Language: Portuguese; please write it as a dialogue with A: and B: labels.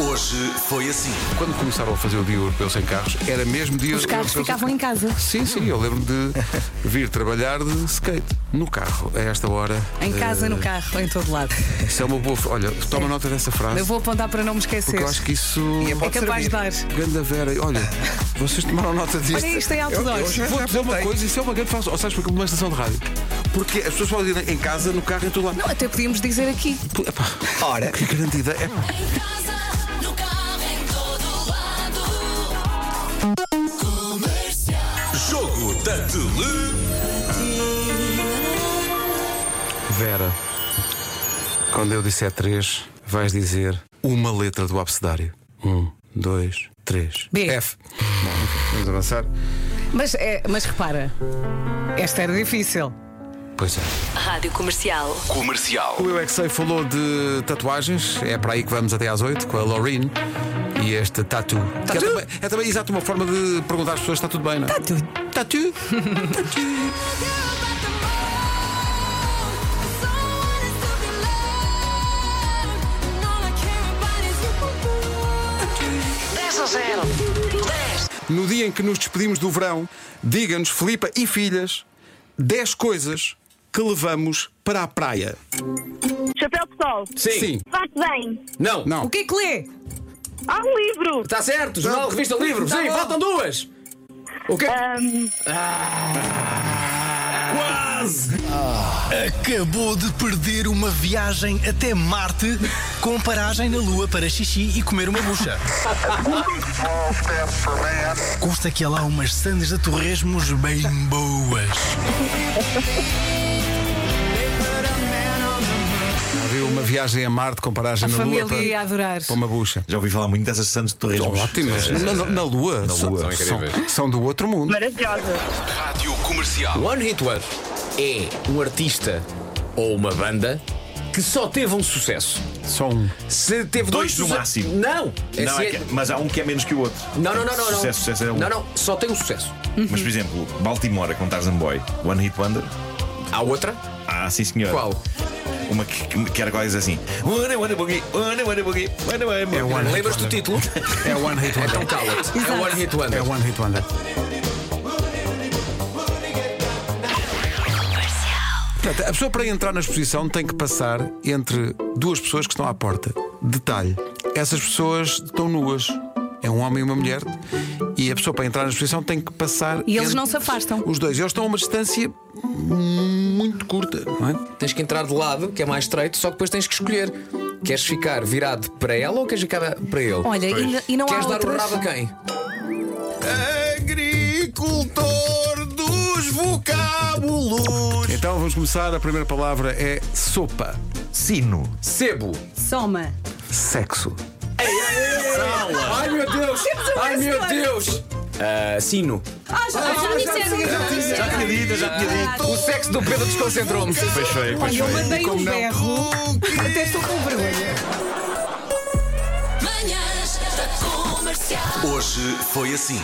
A: Hoje foi assim.
B: Quando começaram a fazer o Dia Europeu sem carros, era mesmo dia
C: Os carros
B: europeu sem
C: ficavam em casa.
B: Sim, sim, eu lembro de vir trabalhar de skate no carro, a esta hora.
C: Em casa,
B: Eh,
C: no carro, em todo lado.
B: Isso é uma boa. Olha, toma nota dessa frase.
C: Eu vou apontar para não me esquecer.
B: Porque eu acho que isso.
C: É capaz de dar.
B: Grande Vera, olha, vocês tomaram nota disto.
C: Olha isto é em outdoors.
B: Eu Vou dizer uma coisa, isso é uma grande falsa. Ou sabes porque uma estação de rádio? Porque as pessoas podem ir em casa, no carro, em todo lado.
C: Não, até podíamos dizer aqui.
B: Pô, epá,
D: Ora,
B: que grande ideia.
E: Em casa, no carro, em todo lado. Comercial.
A: Jogo da Tele.
B: Vera, quando eu disser três, vais dizer uma letra do abecedário. Um, dois, três.
C: B.
B: F. Bom, vamos avançar.
C: Mas, é, mas repara, esta era difícil.
B: Pois é.
F: Rádio Comercial.
A: Comercial.
B: O Eu É Que Sei falou de tatuagens, é para aí que vamos até às 8 com a Laureen e este tatu. Que É, também, é também, exato uma forma de perguntar às pessoas se está tudo bem, não é? Tatu. Tatu. No dia em que nos despedimos do verão, diga-nos, Filipa e filhas, 10 coisas que levamos para a praia.
G: Chapéu de sol.
H: Sim.
G: Vá-te bem.
H: Não.
B: Não.
C: O que é que lê?
G: Há um livro.
H: Está certo. Jornal, revista, livro.
C: Tá
H: Sim,
C: bom.
H: faltam duas. O quê?
G: Ahm,
D: acabou de perder uma viagem até Marte com paragem na Lua para xixi e comer uma bucha. Consta que há lá umas sandes de torresmos bem boas.
B: Viu uma viagem a Marte com paragem
C: A
B: na
C: família
B: Lua para,
C: ia adorar.
B: para uma bucha.
I: Já ouvi falar muito dessas Santos de Torres.
B: São ótimas. Na, na- na Lua. São-
I: Lua.
B: são, são do outro mundo.
G: maravilhosa.
A: Rádio Comercial.
H: O One Hit Wonder é um artista ou uma banda que só teve um sucesso.
B: Só um.
H: Se teve
I: Dois no
H: suce-
I: máximo.
H: Não. É
I: Não,
H: se-
I: é que- mas há um que é menos que o outro.
H: não, não, não, não. não.
I: Sucesso, sucesso é um.
H: Não, não. Só tem um sucesso.
I: Mas, por exemplo, Baltimore com Tarzan Boy, One Hit Wonder.
H: Há outra?
I: Ah, sim, senhor.
H: Qual?
I: Uma que, que- que era quase assim. One Wonder Boogie, One Wonder Boogie, One Wonder Boogie.
B: One
H: Lembras do título?
B: É One Hit
H: então
B: Wonder.
H: cala-te. É o One Hit Wonder.
B: É One Hit Wonder. Portanto, a pessoa para entrar na exposição tem que passar entre duas pessoas que estão à porta. Detalhe: essas pessoas estão nuas. É um homem e uma mulher. E a pessoa para entrar na exposição tem que passar.
C: E eles não se afastam.
B: Os dois. Eles estão a uma distância muito curta, não
I: um-
B: é?
H: Tens que entrar de lado, que é mais estreito, só que depois tens que escolher. Queres ficar virado para ela ou queres ficar para ele?
C: Olha, e, n- e não
H: Queres
C: há
H: dar o
C: outras.
H: rabo a quem?
B: é? Agricultor dos vocábulos. Então vamos começar. A primeira palavra é sopa,
I: Sino.
H: Sebo.
C: Soma.
B: sexo,
H: Ai meu Deus! Ai meu Deus! Ah, sino.
C: Ah, já, já me disseram.
I: Já tinha dito, já tinha dito.
H: O sexo do Pedro desconcentrou-me.
I: Pois foi, pois
C: Olha, eu
I: foi.
C: mandei um
B: Como não?
C: berro. Até estou com vergonha.
E: Manhãs da comercial.
A: Hoje foi assim.